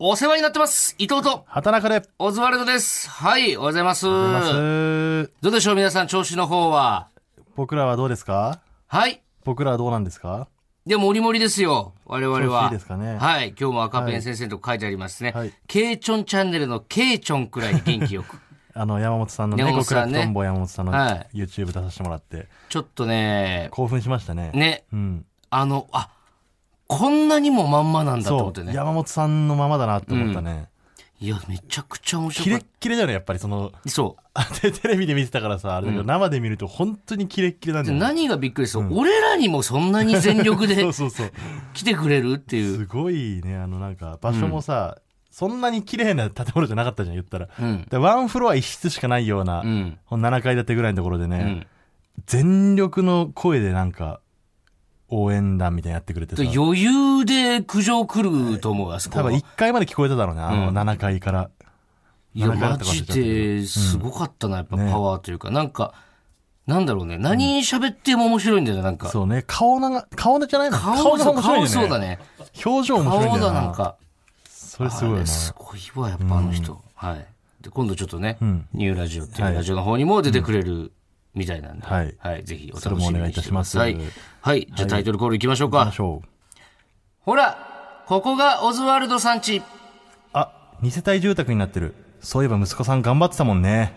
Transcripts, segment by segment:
お世話になってます。伊藤と、働かれオズワルドです。はい、おはようございます。ますどうでしょう、皆さん、調子の方は。僕らはどうですかはい。僕らはどうなんですかでも、もりもりですよ。我々調子は。いいですかねはい。今日も赤ペン先生と書いてありますね。はいケイチョンチャンネルのケイチョンくらいに元気よく。 あの山本さんのね山本極さん楽ねとんぼ山本さんのはい YouTube 出させてもらってちょっとね、興奮しましたねね、うんあの、あ、こんなにもまんまなんだと思そってうね。山本さんのままだなって思ったねいや、めちゃくちゃ面キ白レかっッキレだよねやっぱりそのた。そう。テテレビで見てたからさあれだけど生で見ると本当にキレッキレなんだでよね何がびっくりですよ、俺らにもそんなに全力でそうそうそう来てくれるって いう。すごいねあのなんか場所もさそんなに綺麗な建物じゃなかったじゃん言ったらうん。でワンフロア一室しかないようなうん。ほん7階建てぐらいのところでうねん。全力の声でなんか応援団みたいなのやってくれてさ余裕で苦情来ると思う、あそこ多は。分い1階まで聞こえてたろうねあの7階から、や、 7階だマったかもしジれないけどで、すごかったな、やっぱねパワーというか、なんか、なんだろうね、何喋っても面白いんだよね、なんか。そうね顔なが顔じゃないの顔がそう面白い顔ねそうだね。表情面白い顔んだよだ、ななんか。それすごいよあれねすごいわ、やっぱあの人。はい。で、今度ちょっとねん、ニューラジオっていはういラジオの方にも出てくれるみたいなんで。はいはい。ぜひおそれ楽もしおみ願いいにたしてしくだますさい。はい。じゃあタイトルコールいきましょう行きまかし。ょうほら、ここがオズワルドさんち。あ二世帯住宅になってるそういえば息子さん頑張ってたもんね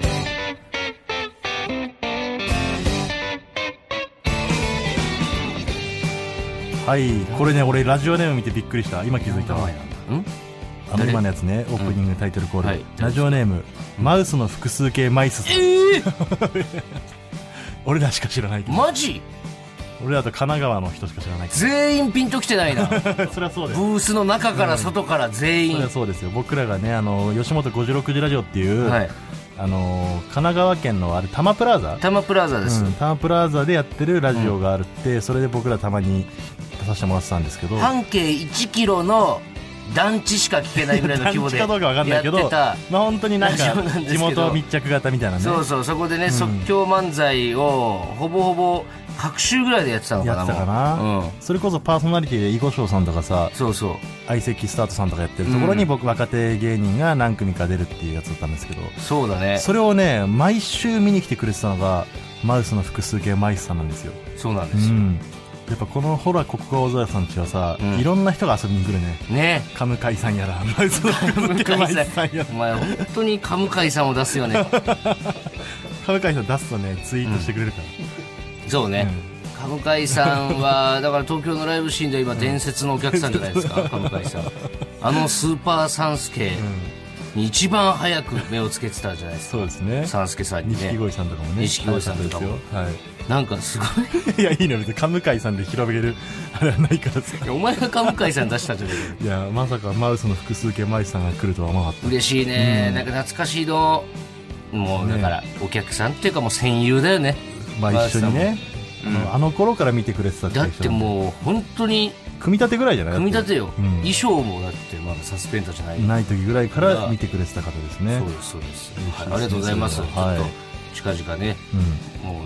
はいこれね俺ラジオネーム見てびっくりした今気づいたわうんあの誰今のやつねオープニングタイトルコール、はいラジオネーム、マウスの複数形マイスさんええ俺らしか知らないけどマジ俺らと神奈川の人しか知らないけ全員ピンときてない なブど それはそうですースの中から外から全それ員は、そうですよ僕らがねあの吉本56時ラジオっていう、はいあの神奈川県のあれ多摩プラザタマプラザです、うん、タワープラザでやってるラジオがあるって、それで僕らたまに出させてもらってたんですけど半径1キロの団地しか聞けないぐらい の規模地でかどうかわかんないけどやってたまあ本当になんラかジオなんですけ地ど元密着型みたいなねそうそうそこでね、即興漫才をほぼほぼ各週ぐらいでやってたのかなやってたかなもううんそれこそパーソナリティで囲碁将さんとかさそうそう相席スタートさんとかやってるところにうん僕、若手芸人が何組か出るっていうやつだったんですけどそうだねそれをね毎週見に来てくれてたのがマウスの複数形マイスさんなんですよ、そうなんうですよ、ん、やっぱこのほらここが大空さんちはさ、うんいろんな人が遊びに来るね ねカムカイさん やらマウスの複数形マイスさんやらお前本当にカムカイさんを出すよねカムカイさん出すとねツイートしてくれるから、そうね、カムカイさんは だから東京のライブシーンで今伝説のお客さんじゃないですかカムカイさんあのスーパーサンスケに一番早く目をつけてたじゃないですそうかですねサンスケさんに錦ね鯉さんとかもね錦鯉さんとかもよはいなんかすごいい やいいの別にカムカイさんで広げるあれはないから さお前がカムカイさん出したんじゃないいやまさかマウスの複数形マイスさんが来るとは思わなかっ嬉しいね、なんか懐かしいのもうだからお客さんっていうかもう戦友だよねたまあ一緒にねあんの,、あの頃から見てくれてたっていだうって人なんでもう本当に組み立てぐらいじゃない組み立てよ、うん衣装もだってまだサスペンダーじゃないない時ぐらいから見てくれてた方ですねそうですそうです、嬉しはいいですあねりがとうございます、それちょはっと近々ねうん、も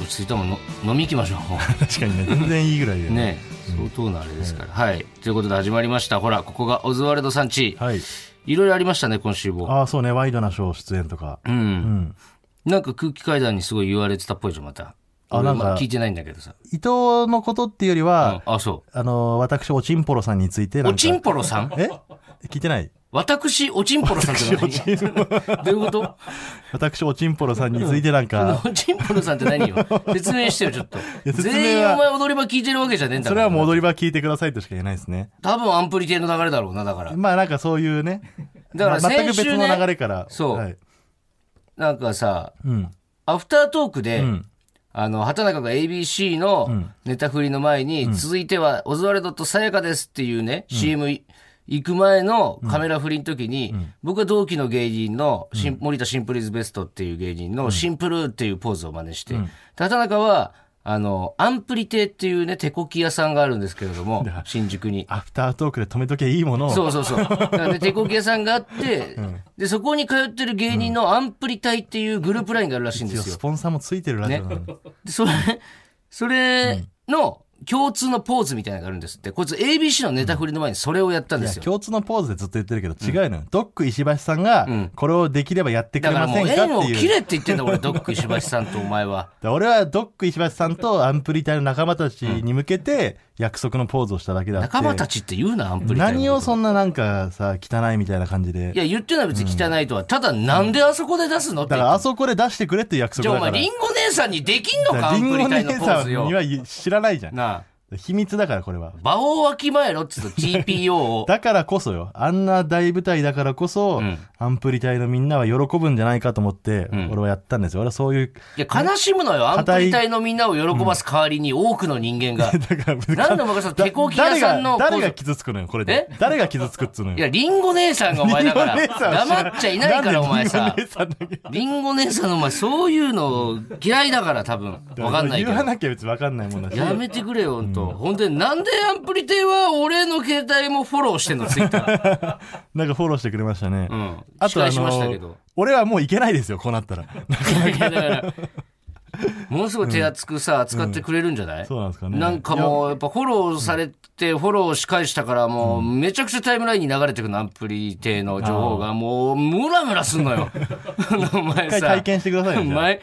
う落ち着いたもんの飲み行きましょ 確かにね全然いいぐらいでうね相当なあれですから、はいということで始まりましたほらここがオズワルドさんち、はいい、ろいろありましたね今週もああそうねワイドなショー出演とかうん、うんなんか空気階段にすごい言われてたっぽいじゃんまたあ俺なんかまだ聞いてないんだけどさ伊藤のことっていうよりは、ああそあの、私、おちんぽろさんについてうなおんかちんぽろさんえ聞いてない私おちんぽろさんって何どういう こと 私、おちんぽろさんについてなん か、おちんぽろさんって何よ説明してよちょっとや説明は全員お前踊り場聞いてるわけじゃねえんだかそれらはもう踊り場聞いてくださいとしか言えないですね。多分アンプリ系の流れだろうなだからまあなんかそういうね、だからまあ先全く週別ねの流れから。そうはい。なんかさうん。アフタートークで、うん。あの畑中が ABC のネタ振りの前に、続いてはオズワルドとさやかですっていうね、CM い行く前のカメラ振りの時に、僕は同期の芸人の、シン森田シンプルイズベストっていう芸人のシンプルっていうポーズを真似して、畑中はあのアンプリ亭っていうね手こき屋さん があるんですけれども新宿にアフタートークで止めとけいいものを。そうそうそう。だからね、手こき屋さんがあって、で、そこに通ってる芸人のアンプリ隊っていうグループラインがあるらしいんで一応すよス。ポンサーもついてるラジオなのに。でそれ、それの、共通のポーズみたいなのがあるんですって。こいつ ABC のネタ振りの前にそれをやったんいでやすよ。共通のポーズでずっと言ってるけど違うのよ、ドック石橋さんがんこれをできればやってくだれからまもせんうかって縁をいう切れって言ってんだ、俺、ド ック石橋さんとお前は。だから俺はドック石橋さんとアンプリ隊の仲間たちに向けて約束のポーズをしただけだって仲間たちって言うな、アンプリ隊のこと何をそんななんかさ汚いみたいな感じでいや、言ってない別に汚いとは。ただ、なんであそこで出すのってだ言かっらて。あそこで出してくれっていう約じゃ束あ、おだか前、らリンゴ姉さんにできんのか、アリンンプゴリ隊の姉ポさーんズによ。は知らないじゃんなあ。秘密だからこれは場をわきまえろっつうと TPO を。 だからこそよあんな大舞台だからこそ、んアンプリ隊のみんなは喜ぶんじゃないかと思って、ん俺はやったんですよ俺はそういういや、悲しむの よ。アンプリ隊のみんなを喜ばす代わりに多くの人間が。だからなんでお前さ、手こき屋さんの誰ポーが誰がズ。傷つくのよこれえで誰が傷つくっつうのよいや、リンゴ姉さんがお前だから。リンゴ姉さんは知ら黙っちゃいないから、お前なんさで。リンゴ姉さんだけリンゴ姉さんのお前、そういうの嫌いだから、多分。わかんないけ言わど。なきゃ別にわかんないもんだしやめてくれよ、ほんと。ほんで、なんでアンプリ亭は俺の携帯もフォローしてんの、ツイッ ター。なんかフォローしてくれましたね、うん。あ期とあ待しましたけのど。俺はもういけないですよこうなっ たらいやだから、ものすごい手厚くさ、扱ってくれるんじゃない、そうなんですかねなんかもう、やっぱフォローされて、フォローし返したから、もう、めちゃくちゃタイムラインに流れてくの、アンプリ亭の情報が、もう、ムラムラすんの よ。お前さ、一回体験してくださいよじゃあ 前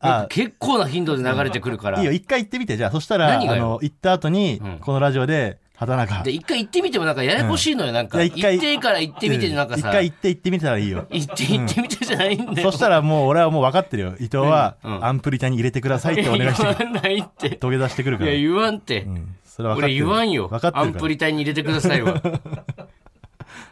あ結構な頻度で流れてくるから。いいよ一回行ってみてじゃあそしたらあ何がよの行った後に、このラジオで畑中で、一回行ってみてもなんかややこしいのよ、なんか。いや行一回ってから行ってみて、なんか一さ、回行行って行ってみたらいいよ って行ってみてじゃないんだよ。そしたらもう俺はもう分かってるよ伊藤はうんアンプリ隊に入れてくださいっておい願やいしてくる 言わないって。土下座してくるいかや、ら言わんって。それは分かって俺る言わんよ分かってるかアらンプリ隊に入れてください は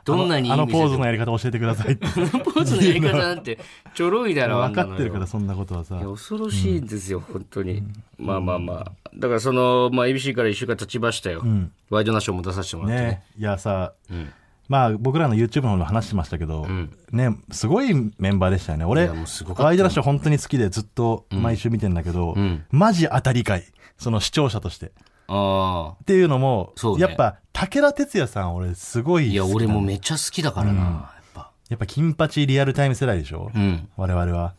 どんなにいいあの店でポもーズのやり方教えてくださいっ てあのポーズのやり方なんてちょろいだろあん分なかのよってるからそんなことはさいや恐ろしいんですよ、本当に、まあまあまあだからその、まあ、ABC から1週間経ちましたよ、ワイドナショーも出させてもらってねねいやさまあ僕らの YouTube の方で話しましたけどねすごいメンバーでしたよね俺やもうすごかったワイドナショー本当に好きでずっと毎週見てんだけどマジ当たり会その視聴者としてああっていうのもそうねやっぱ武田鉄矢さん俺すごいいや好き俺もめっちゃ好きだからな、やっぱやっぱ金八リアルタイム世代でしょうん我々は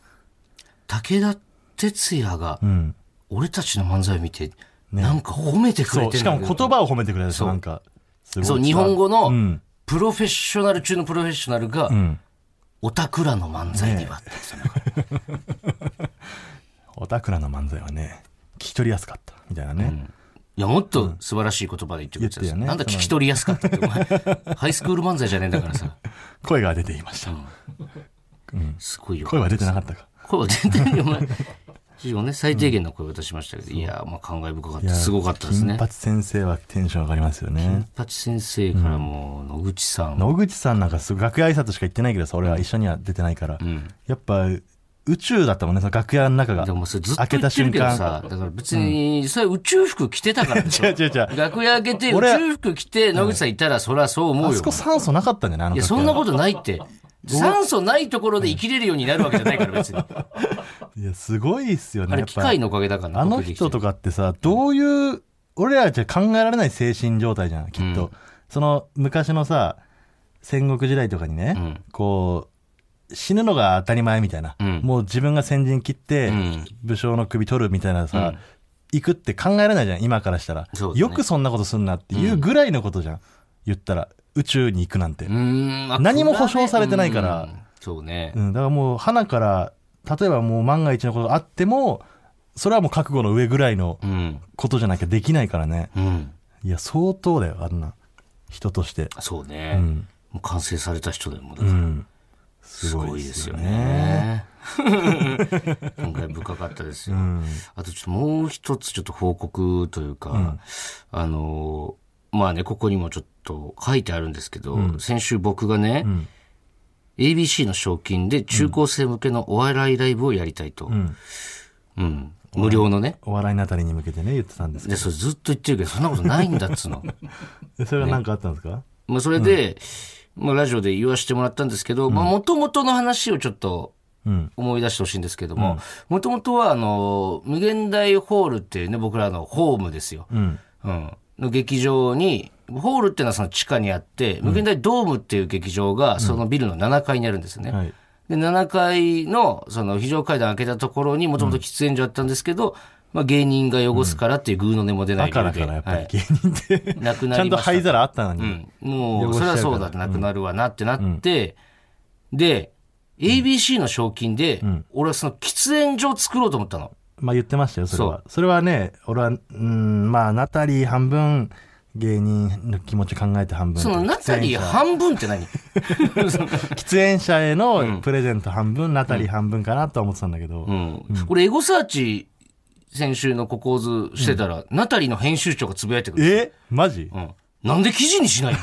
武田鉄矢がうん俺たちの漫才を見て、なんか褒めてくれそてうるしかも言葉を褒めてくれるでしょなんかすごいそう日本語うのんプロフェッショナル中のプロフェッショナルが、うんオタクらの漫才にはって、オタクらの漫才はね聞き取りやすかったみたいなねいや、もっと素晴らしい言葉で言ってくれてたんです言ってたよねなんだ聞き取りやすかったって、お前。 ハイスクール漫才じゃねえんだからさ。声が出ていましたすごいよ。声は出てなかったか声は出てるよ、お前。一応ね、最低限の声を出しましたけど、いやー、まあ感慨深かった。すごかったですね。金金八先生はテンション上がりますよね。八先生からも、野口さん。野口さんなんかすごい楽屋挨拶しか行ってないけどさ、俺は一緒には出てないから。やっぱ、宇宙だったもんね、その楽屋の中が。でもそれずっと開け言たってる瞬けど間。さ、だから別に、それ宇宙服着てたからでしょ。違う違う違う楽屋開けて宇俺宙服着て、野口さんいたら、そりゃそう思あうそよこ。酸素なかったんじゃないあのいや、楽そ屋んなことないって。酸素ないところで生きれるようになるわけじゃないから、別に。いや、すごいっすよね。あやれ、っ機ぱ械のおかげだからあの人とかってさ、どういう、俺らじゃ考えられない精神状態じゃん、きっと。その、昔のさ、戦国時代とかにね、んこう、死ぬのが当たり前みたいな。うんもう自分が先陣切って、ん武将の首取るみたいなさ、行くって考えられないじゃん、今からしたら。そうだねよくそんなことすんなっていうぐらいのことじゃん。言ったら、宇宙に行くなんて。何も保証されてないからうんそうねう。ん、だからもう、花から、例えばもう万が一のことあっても、それはもう覚悟の上ぐらいのうん。ことじゃなきゃできないからね。うん。いや、相当だよ、あんな。人として。そううね。ん。もう完成された人でも、だかうらん。すすごごいいでですすよよね。 今回深かったですよ。あとちょっともう一つちょっと報告というか、あの、まあね、ここにもちょっと書いてあるんですけど、先週僕がね、ABC の賞金で中高生向けのお笑いライブをやりたいと。うん。無料のね。お笑いのあたりに向けてね、言ってたんですけで、それずっと言ってるけど、そんなことないんだっつう の。ど。それは何かあったんですか、まあ、それで、まあ、ラジオで言わせてもらったんですけど、まあ、もともとの話をちょっとうん。思い出してほしいんですけども、もともとは、あの、無限大ホールっていうね、僕らのホームですよ。うん。うん。の劇場に、ホールっていうのはその地下にあって、無限大ドームっていう劇場が、そのビルの7階にあるんですね。はい。で、7階の、その、非常階段開けたところに、もともと喫煙所あったんですけど、まあ、芸人が汚すからっていうグーの音も出ないだ理由かでらかな、やっぱはりい芸 人って。なくちなゃんりとました灰皿あったのに。うん、もう、汚しそちれゃうはからそうだ、なくなるわなってなって、で、ABC の賞金で、俺はその喫煙所を作ろうと思ったの。まあ言ってましたよ、それは。それはね、俺は、うん、まあ、ナタリー半分、芸人の気持ち考えて半分。そのナタリー半分って何喫煙者へのプレゼント半分、ナタリー半分かなとは思ってたんだけど、うん、俺、エゴサーチ、先週のココーズしてたら、ナタリーの編集長がつぶやいてくる。えマジうんなんで記事にしないの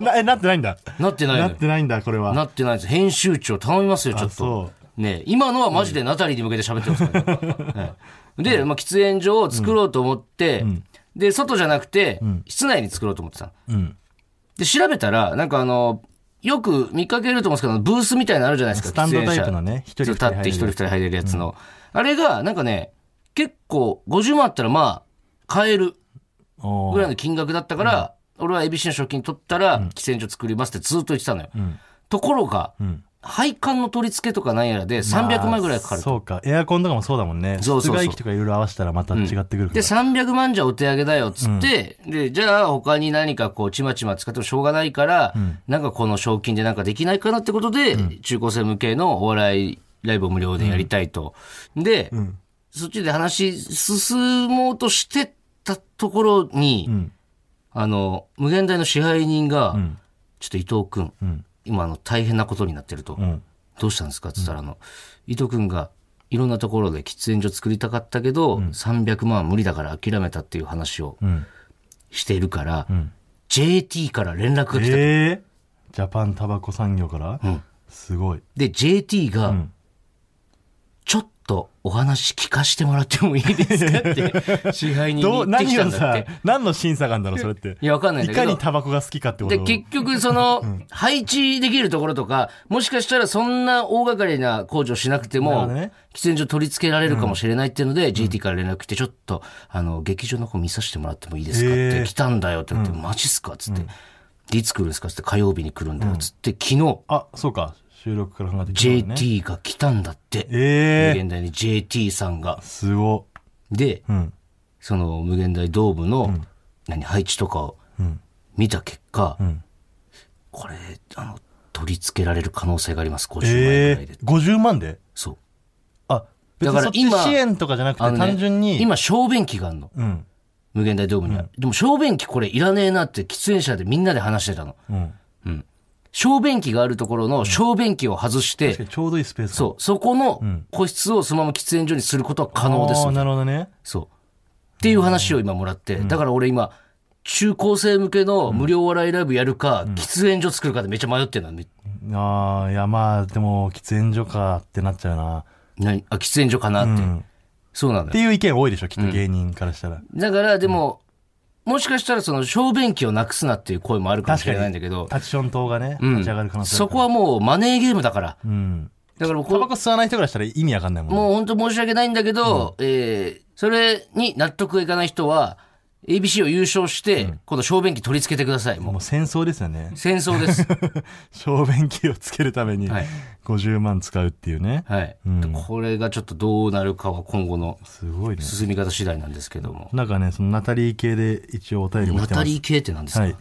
なえなってないんだ。なってないの なよってないんだ、これは。なってないです。編集長頼みますよ、ちょあっと。そねえ今のはマジでナタリーに向けて喋ってますからね、 はいで、まあ、喫煙所を作ろうと思って、で、外じゃなくて、室内に作ろうと思ってたの。う。うん。で、調べたら、なんかあの、よく見かけると思うんですけど、ブースみたいなのあるじゃないですか、スタンド喫煙者タイプのね一人二人立って一人二人入れるやつの。あれが、なんかね、結構、50万あったら、まあ、買えるおぐらいーの金額だったから、俺は ABC の賞金取ったら、喫煙所作りますってずっと言ってたのよ。ところが、ん配管の取り付けとかなんやらで300万ぐらいかかると。そうか。エアコンとかもそうだもんね。そうそうそう室外機とかいろいろ合わせたらまた違ってくるかで、ら。 300万じゃお手上げだよ、つって、で、じゃあ他に何かこう、ちまちま使ってもしょうがないから、なんかこの賞金でなんかできないかなってことで、中高生向けのお笑いライブを無料でやりたいと。で、そっちで話進もうとしてたところに、んあの、無限大の支配人が、ちょっと伊藤君、ん今あの大変なことになってると。うん。どうしたんですかって言ったら、あの、伊藤君が、いろんなところで喫煙所作りたかったけど、300万は無理だから諦めたっていう話をうん。しているから、JT から連絡が来た。ええジャパンタバコ産業から、すごい。で、JT が、んちょっとお話聞かせてもらってもいいですかって、支配人にどう言ってき何たんだをっさて。何の審査があるんだろうそれっていや、わかんないんいだけかど。にタバコが好きかってこでとを結局その配置できるところとかもしかしたらそんな大掛かりな工事をしなくてなるもほどね喫煙所取り付けられるかもしれないっていうので JT から連絡来てちょっとあの劇場の方見させてもらってもいいですかっへてー来たんだよって言ってマジっすかっつってでいつ来るんですかっつって火曜日に来るんだよっつって昨日あそうか収録から考えてきたのね JT が来たんだって無ええ限大に JT さんがすごでうんその無限大ドームの何配置とかをうん見た結果んこれあの取り付けられる可能性があります50万円ぐえらいえで50万でそう。あ別だにからそっち今支援とかじゃなくてのね単純に今、小便器があるの。うん無限大ドームには。でも、小便器これいらねえなって喫煙者でみんなで話してたの。うんうん。小便器があるところの小便器を外して、ちょうどいいスペースうそう、そこのん個室をそのまま喫煙所にすることは可能です。なるほどねそう。っていう話を今もらって、だから俺今、中高生向けの無料お笑いライブやるか、喫煙所作るかでめっちゃ迷ってるの。めああいやまあでも喫煙所かってなっちゃうな何あ、喫煙所かなって。うんっそうなのよていう意見多いでしょきっと芸人からしたらだからでも、もしかしたらその小便器をなくすなっていう声もあるかもしれないんだけど、タチション党がねうん立ち上がる可能性あそるかこらはもうマネーゲームだから。うんだからもうタこバコ吸わない人からしたら意味わかんないもんねもう本当申し訳ないんだけど、えーそれに納得がいかない人は、ABC を優勝して、この小便器取り付けてください。ももう戦争ですよね う。戦争です。小便器をつけるためにはい50万使うっていうね。はい、でこれがちょっとどうなるかは今後のすごいね。進み方次第なんですけども。なんかね、そのナタリー系で一応お便りもナ来てタます。リー系ってなんですか、はい。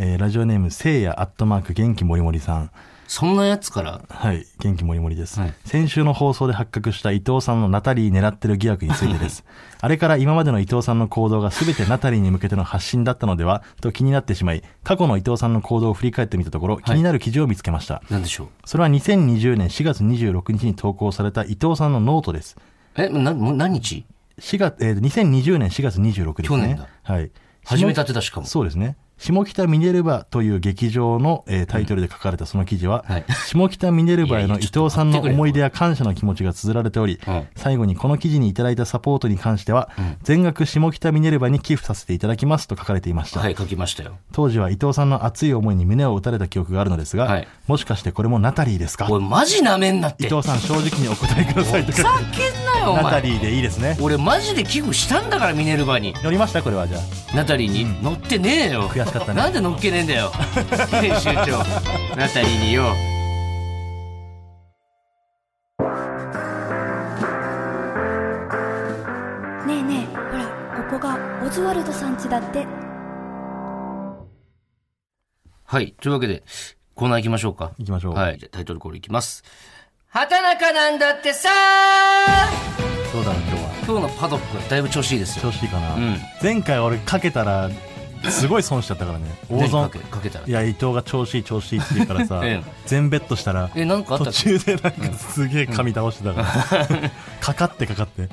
えーラジオネーム、せいやアットマーク元気もりもりさん。そんなやつから、はい。元気もりもりです、はい先週の放送で発覚した伊藤さんのナタリー狙ってる疑惑について です。あれから今までの伊藤さんの行動が全てナタリーに向けての発信だったのではと気になってしまい、過去の伊藤さんの行動を振り返ってみたところ、気になる記事を見つけました。なんでしょう。それは2020年4月26日に投稿された伊藤さんのノートです。え、な、もう何日4月、えー、2020年4月26です去ね。年だはい。始め下たてだしかも。そうですね。下北ミネルヴァという劇場の、えータイトルで書かれたその記事は、はい下北ミネルヴ いァへのやいや伊ちょっと藤さん待ってのくれよ思い出や感謝の気持ちが綴られており、うん最後にこの記事にいただいたサポートに関しては、全額下北ミネルヴァに寄付させていただきますと書かれていました。はい、書きましたよ。当時は伊藤さんの熱い思いに胸を打たれた記憶があるのですが、はいもしかしてこれもナタリーですかおい、マジなめんなっ伊て。藤さん正直にお答えくださいと書いてあるふざけんなよ、おナタ前。リーでいいですね。俺、マジで寄付したんだから、ミネルヴァに。乗りましたこれはじゃあ。ナタリーに、乗ってねえよ。悔しかったねなんで乗っけねえん だよ。編集長。ナタリーによ。ねえズワルドさんちだってはい。というわけで、コーナー行きましょうか。行きましょうはい。じゃあタイトルコールいきます。畑中なんだってさそうだな今日は今日のパドックはだいぶ調子いいですよ。調子いいかな、うん前回俺かけたらすごい損しちゃった からね大損何かけかけたらいや伊藤が調子いい調子いいって言うからさ ええ全ベッドしたらえ、なんかあったっ途け中でなんかすげえ噛み倒してたから、 かかってかかって、うん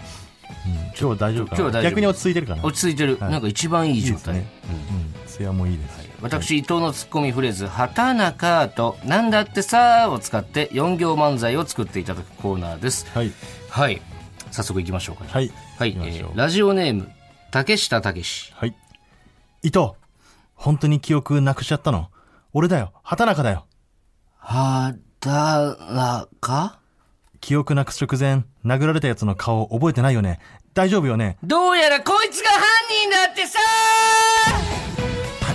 今日大丈夫かな今日は大丈夫逆に落ち着いてるかな落ち着いてる。はいなんか一番いいいい状です態。ねうんそれはもういいです、私、伊藤のツッコミフレーズ、畑中と、なんだってさーを使って4行漫才を作っていただくコーナーです。はいはい。早速行きましょうか。。はいいはい。え行きましょうーラジオネーム、竹下武志。はい伊藤本当に記憶なくしちゃったの俺だよ畑中だよはたなか記憶なくす直前殴られたやつの顔覚えてないよね大丈夫よねどうやらこいつが犯人だってさ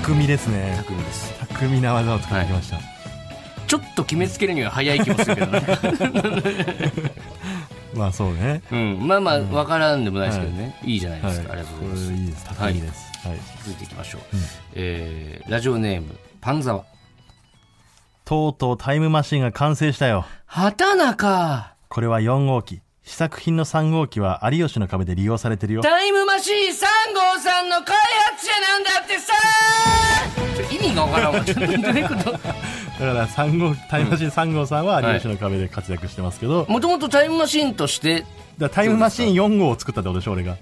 巧みですねーです。巧みな技を使ってきました、ちょっと決めつけるには早い気もするけどね。 まあそうねうん。まあまあ、わからんでもないですけどね。いいじゃないですか。ありがとうございますこ。れいいです巧みですはい続いていきましょう。えーラジオネーム、パンザワ。とうとうタイムマシンが完成したよ畑中これは4号機試作品の3号機は有吉の壁で利用されてるよタイムマシーン3号さんの開発者なんだってさー意味がわからんわ。ちょ っとどういうことだから3号タイムマシン3号さんは有吉の壁で活躍してますけど、だかもともとタイムマシーンとして、らタイムマシン4号を作ったってことでしょ俺が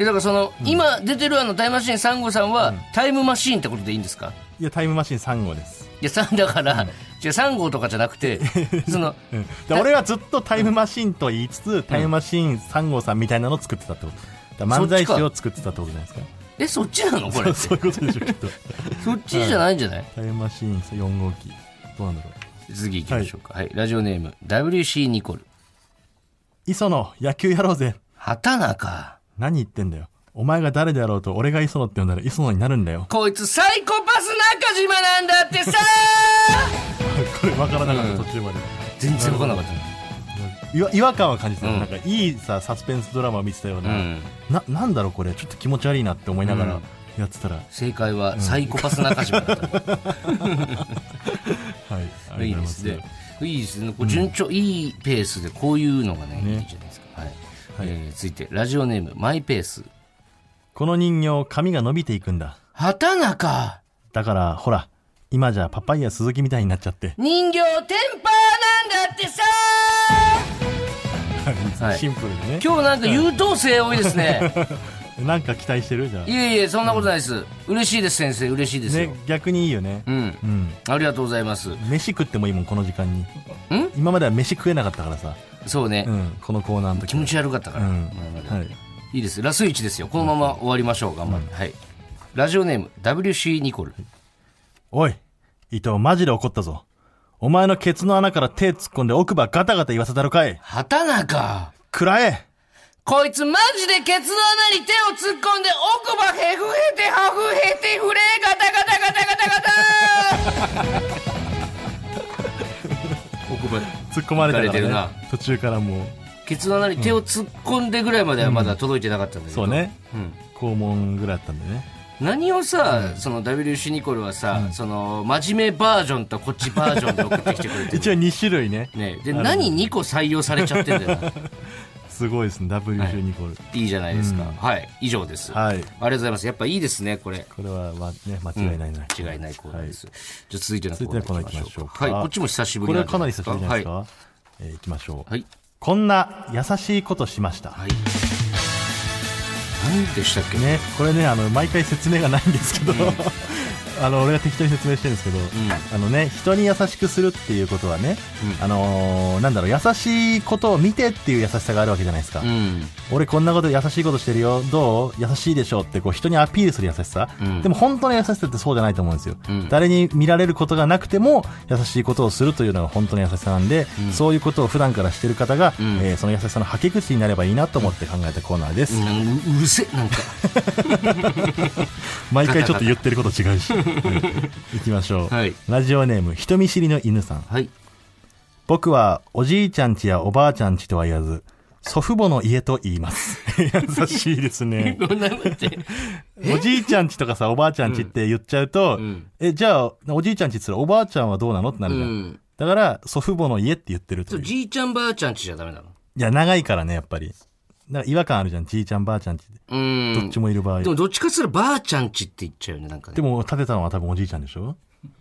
えだからその、今出てるあのタイムマシーン3号さんは、タイムマシーンってことでいいんですかいやタイムマシン3号ですいや、さだから、じゃ3号とかじゃなくて、その、うんで俺はずっとタイムマシンと言いつつ、タイムマシン3号さんみたいなのを作ってたってことだから漫才師そっちを作ってたってことじゃないですかえ、そっちなのこれって。そういうことでしょきっとそっちじゃないんじゃないタイムマシン4号機どうなんだろう次行きましょうか。はい。ラジオネーム、WC ニコル。磯野野球やろうぜ畑中。何言ってんだよお前が誰であろうと俺が磯野って呼んだら磯野になるんだよ こいつサイコパス中島なんだってさーこれ分からなかった途中まで、 全然わかんなかった。違和違和感は感じてた、うんなんかいいさサスペンスドラマを見てたような、うんななんだろうこれちょっと気持ち悪いなって思いながらやってたら、正解はサイコパス中島だった、はいあいりいでがとうごすざいまねいいですねこう順調、いいペースでこういうのがねいねいじゃないですか、はいえー続いてラジオネームマイペースこの人形髪が伸びていくんだ畑中だからほら今じゃパパイヤ鈴木みたいになっちゃって、人形テンパーなんだってさ はいシンプルでね今日なんか優等生多いですねなんか期待してるじゃいあえいえそんなことないです嬉しいです先生嬉しいですよ、ね逆にいいよねうんうんありがとうございます飯食ってもいいもんこの時間に今までは飯食えなかったからさ、そうね、うん、このコーナーの時気持ち悪かったから、うまあんまあはいいいですラスイチですよこのまま終わりましょう頑張って、はいラジオネーム WC ニコルおい、伊藤マジで怒ったぞ。お前のケツの穴から手突っ込んで奥歯ガタガタ言わせたろかい。畑中くらえこいつマジでケツの穴に手を突っ込んで奥歯へふへてはふへてふれガタガタガタガタガ タ奥歯突っ込まれたから、ね、疲れてるな途中からもう、ケツの穴に手を突っ込んでぐらいまではまだ届いてなかったんだけど、そうね、うん肛門ぐらいあったんでね。何をさ、その WC ニコルはさ、その真面目バージョンとこっちバージョンで送ってきてくれてる一応2種類ね。ねで何2個採用されちゃってんだよな すごいですね、WC ニコル。いいじゃないですか、はい以上です、あはい。りがとうございますやっぱいいですねこれこれは、まあね、間違いないな。違いないコーナーです、じゃあ続いてのコ続いてーこナのー行行きまきまししょょううかか。はいこっちも久しぶりこれなんはかなり久しぶりじゃないですか。はえー行きましょう、はいこんな優しいことしました。はい、何でしたっけ、ね、これねあの毎回説明がないんですけど、 あの俺が適当に説明してるんですけど、あのね、人に優しくするっていうことはね、あのーなんだろう優しいことを見てっていう優しさがあるわけじゃないですか、うん俺こんなこと優しいことしてるよどう優しいでしょうってこう人にアピールする優しさ、でも本当の優しさってそうじゃないと思うんですよ、ん誰に見られることがなくても優しいことをするというのが本当の優しさなんで、そういうことを普段からしてる方が、んえーその優しさのはけ口になればいいなと思って考えたコーナーです、うんううるせえなんか毎回ちょっと言ってること違 うし行きましょう、はいラジオネーム人見知りの犬さんはい僕はおじいちゃんちやおばあちゃんちとは言わず祖父母の家と言 います。優しいですね。こん なことって。おじいちゃんちとかさ、おばあちゃんちって言っちゃうと、んえ、じゃあ、おじいちゃんちっつったらおばあちゃんはどうなのってなるじゃん。うんだから、祖父母の家って言ってるそとういう。いじいちゃんばあちゃんちじゃダメなのや、長いからね、やっぱり。だから違和感あるじゃん。じいちゃんばあちゃんちって。うどっん。ちもいる場合。でもどっちかっつったらばあちゃんちって言っちゃうよね、なんかねで。も、建てたのは多分おじいちゃんでしょ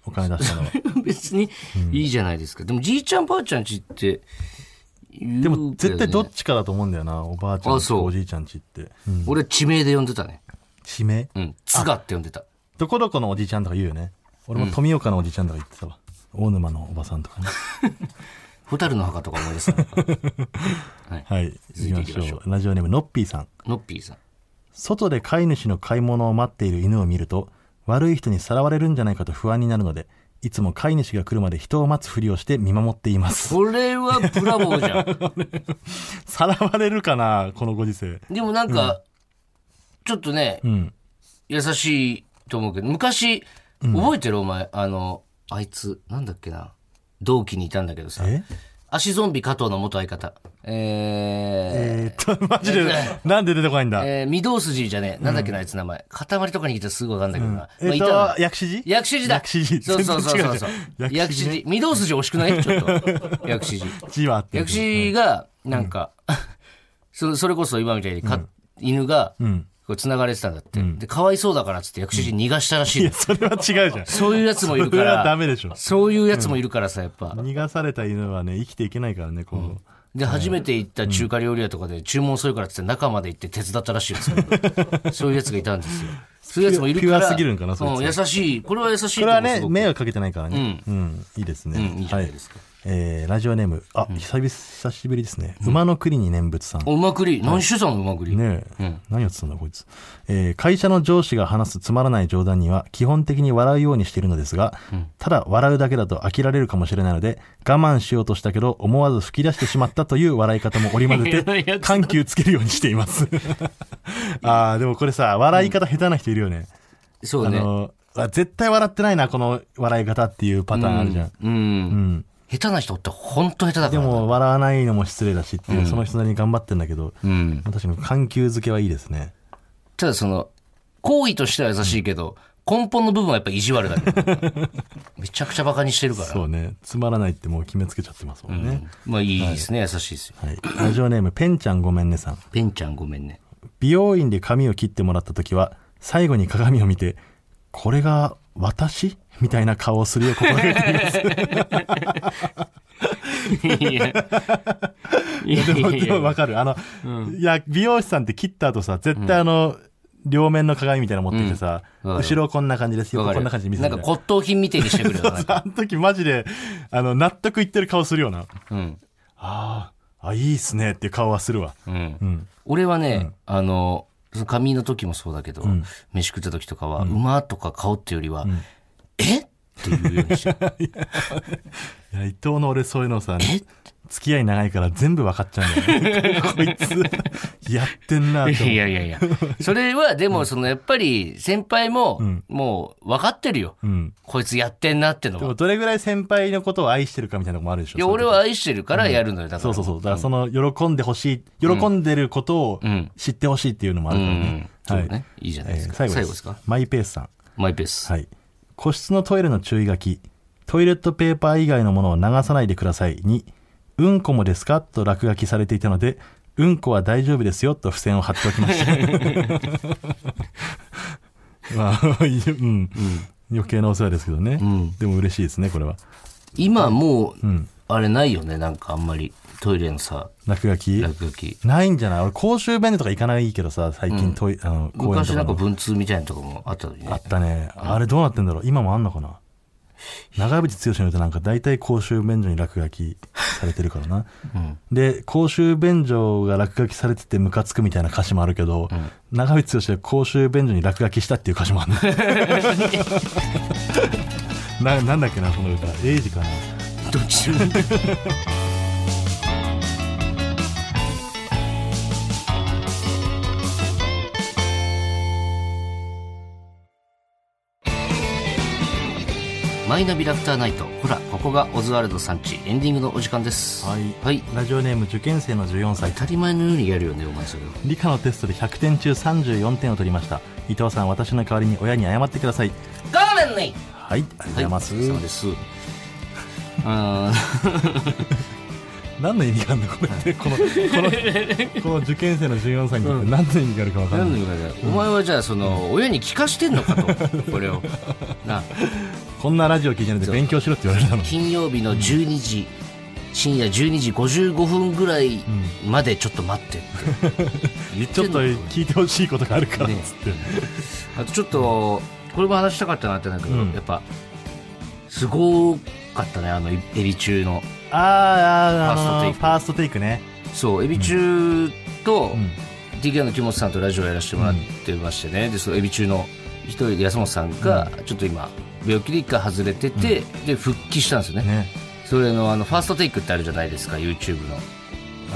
お金出したのは。別にいいじゃないですか。でもじいちゃんばあちゃんちって言うけどね、でも、絶対どっちかだと思うんだよな。おばあちゃんあちそうとおじいちゃんちって。うん俺地名で呼んでたね。地名うん。つがって呼んでた。どこどこのおじいちゃんとか言うよね。俺も富岡のおじいちゃんとか言ってたわ。大沼のおばさんとかね。蛍の墓とか思い出したの か。はい。はい。続行いていききままししょょう。ラジオネーム、のっぴーさん。ノッピーさん。外で飼い主の買い物を待っている犬を見ると、悪い人にさらわれるんじゃないかと不安になるので、いつも飼い主が来るまで人を待つふりをして見守っています。これはブラボーじゃ ん。さらわれるかなこのご時世。でもなんか、ちょっとね、うん。優しいと思うけど、昔、覚えてるお前、あの、あいつ、なんだっけな。同期にいたんだけどさ。え足ゾンビ加藤の元相方。えー、えーっと、マジで、なんで出てこないんだ。えー、御堂筋じゃねえ。なんだっけな、あいつ名前。塊とかに聞いたらすぐわかんないけどな。えーっいたわと、薬師寺薬師寺だ。薬師寺そうそうそうそうそう全然違うじゃん薬師寺。御堂筋惜しくないちょっ と。薬師寺。寺はあってる薬師寺が、なんか、そそれこそ今みたいにか、犬が、こう繋がれてたんだって。で、かわいそうだからっつって薬師寺逃がしたらしいの。それは違うじゃん。 そういうやつもいるそかれはダら、メでしょ。そういうやつもいるからさ、やっぱ。逃がされた犬はね、生きていけないからね、こう。で、初めて行った中華料理屋とかで注文遅いからっつって中まで行って手伝ったらしいです よそういうやつがいたんですよ。そういうやつもいるから。ピュアすぎるんかなそいつうん、優しい。これは優しいこと思れはう。すね、ごく迷惑かけてないからね。うん、いいですね。うんいいじゃないですかえーラジオネーム、あ、久々久しぶりですね。馬の国に念仏さん。おうまくり。何してたのうまくり。ねえ、何やってたんだこいつ、えー会社の上司が話すつまらない冗談には基本的に笑うようにしているのですが、ただ笑うだけだと飽きられるかもしれないので我慢しようとしたけど思わず吹き出してしまったという笑い方も織り交ぜ嫌な やつだて緩急つけるようにしています あーでもこれさ笑い方下手な人いるよね、そうあね。のあ絶対笑ってないなこの笑い方っていうパターンあるじゃん、うん。下手な人ってほんと下手だかでら。も笑わないのも失礼だしっていう、その人なりに頑張ってんだけど、うん。確かに緩急付けはいいですねただその、行為としては優しいけど、根本の部分はやっぱ意地悪だけ ど。めちゃくちゃバカにしてるから。そうね。つまらないってもう決めつけちゃってますもんね。まあいいですね。優しいですよ。はい。ラジオネーム、ペンちゃんごめんねさん。ペンちゃんごめんね。美容院で髪を切ってもらった時は、最後に鏡を見て、これが私みたいな顔をするよう心がけていますいや。いやでいやも。いでやもわかる。あの、いや、美容師さんって切った後さ、絶対あの、両面の鏡みたいなの持ってきてさ、うん後ろこんな感じですよ、わかこるんな感じで見せなるんじゃかん。骨董品みたいにしてくるよな。 なんかあの時マジで、あの、納得いってる顔するよな。うん。ああ、あ、いいっすねっていう顔はするわ。うんう。ん。俺はね、あの、その仮眠の時もそうだけど、飯食った時とかは、馬とか顔ってよりは、えっていうようにしてるいや伊藤の俺そういうのさ付き合い長いから全部分かっちゃうんだよね こいつやってんなってい思うやいやいや。それは、でも、その、やっぱり、先輩も、もう、分かってるよ。うんこいつやってんなってのでもは。どれぐらい先輩のことを愛してるかみたいなのもあるでしょいや、俺は愛してるからやるのよ。だかそら。うそうそうだからその喜んでほしい喜んでることをん知ってほしいっていうのもあるうからんね。そうはいね。いいじゃないでえすーか。最後最後でですすかマイペースさんマイペース。はい。個室のトイレの注意書き。トイレットペーパー以外のものを流さないでください。に、うんこもですかと落書きされていたので、うんこは大丈夫ですよと付箋を貼っておきま した。まあ、いうん、余計なお世話ですけどね。でも嬉しいですね、これは。今もう、あれないよね。なんかあんまり、トイレのさ、落書き。落書き。ないんじゃない俺、公衆便所とか行かないけどさ、最近トイ、あの、公園と昔かなんかの。文通みたいなとこもあったのにあねっ。たね。あれどうなってんだろう今もあんのかな長渕剛の歌なんか大体公衆便所に落書きされてるからな。で、公衆便所が落書きされててムカつくみたいな歌詞もあるけど、長渕剛は公衆便所に落書きしたっていう歌詞もあ るね。な、なんだっけな、その歌。エイジかな。どっちでもいいマイナビラフターナイト。ほら、ここがオズワルドさんち、エンディングのお時間です。はいはい。ラジオネーム受験生の14歳当たり前のようにやるよね、お前それは。理科のテストで100点中34点を取りました伊藤さん私の代わりに親に謝ってくださいガーメンねはいありがとうございます、そうです。あ何の意味があるのこ れこのこのこの受験生の14歳にとって何の意味があるか分ー かなんんなだい、よお前はじゃあ、その、親に聞かしてんのかと、これを。なあ、こんなラジオ聞いてないで勉強しろって言われたの金曜日の12時、深夜12時55分ぐらいまでちょっと待ってって 言っちてょんっのとかよ聞いてほしいことがあるからっねつって、あとちょっと、これも話したかったなってなんだけど、うんやっぱ、すごかったね、あの、エビ中の。ああああのフファァーストテイクね、そう、エビ中と、うん TK の木本さんとラジオやらせてもらってましてね、でそのエビ中の一人で安本さんがちょっと今病気で一回外れてて、で復帰したんですよねねそれのあのファーストテイクってあるじゃないですか YouTube の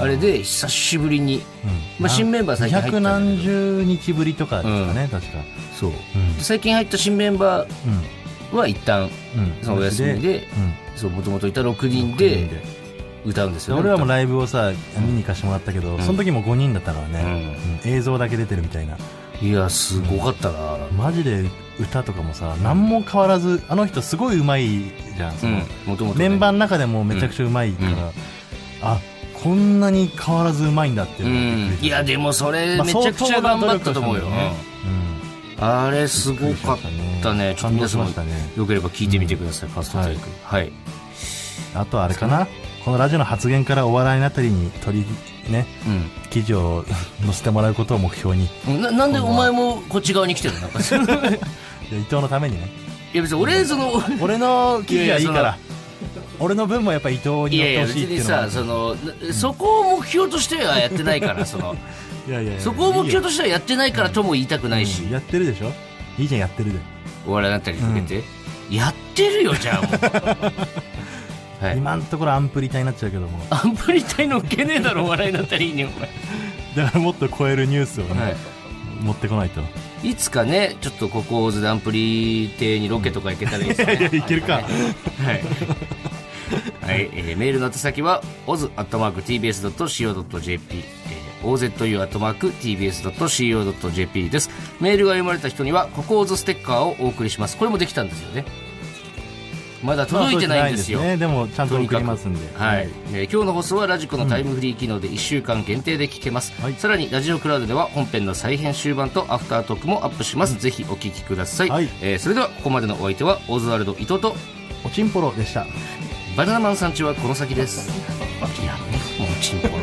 あれで久しぶりに、うんまあ、新メンバー最近入った200んだ何けど十日ぶりとかですかね、確かそううん最近入った新メンバうーは一旦んうんそのお休みでうんそうもともといた6人六人で歌うんですでよね俺らもライブをさ見に行かしてもらったけど、その時も5人だったからね、うん映像だけ出てるみたいないやすごかったな、マジで歌とかもさ何も変わらずあの人すごいうまいじゃん、そのもともとメンバーの中でもめちゃくちゃうまいから、あこんなに変わらずうまいんだっていううのがびんっくりいしたやでもそれまあめちゃくちゃ頑張ったと思うよ、相当な努力をしたんだねうんあれすごかったね。ちょっと感動皆し様ましたねよければ聞いてみてください、ファーストテイク。はい。あとあれかなこのラジオの発言からお笑いのあたりに取りね記事を載せてもらうことを目標にうん。ななんでお前もこっち側に来てるの なんかいで伊藤のためにねや別に俺、その、俺の記事はいいいかやいやら俺の分もやっぱ伊藤にいやいや乗っ別てほしいってにいうのはさ、その、なそこを目標としてはやってない から、その、いやいやいやそこを目いいよ標としてはやってないからとも言いたくないしうん、やってるでしょいいじゃんやってるで、お笑いだったり含めて。やってるよ、じゃあも う。はい。今のところアンプリ体になっちゃうけどもアンプリ体乗っけねえだろ、お笑いだったりに、お前。だからもっと超えるニュースをね、はい持ってこ ないといつかね、ちょっとここ、オズダンプリ邸にロケとか行けたらいいですね。いやいやいけるかはい。 はい、えーメールの宛先は、oz.tbs.co.jp、えー、ozu.tbs.co.jp です。メールが読まれた人には、ここオズステッカーをお送りします。これもできたんですよね。まだ届いてないんですよ。まあ届いてないんですねでもちゃんと送りますんではい、えー今日の放送はラジコのタイムフリー機能で1週間限定で聞けます、はいさらにラジオクラウドでは本編の再編集版とアフタートークもアップします、ぜひお聞きください、はいえーそれではここまでのお相手はオズワルド伊藤とおちんぽろでしたバナナマンさんちはこの先ですいやねもうチンポロ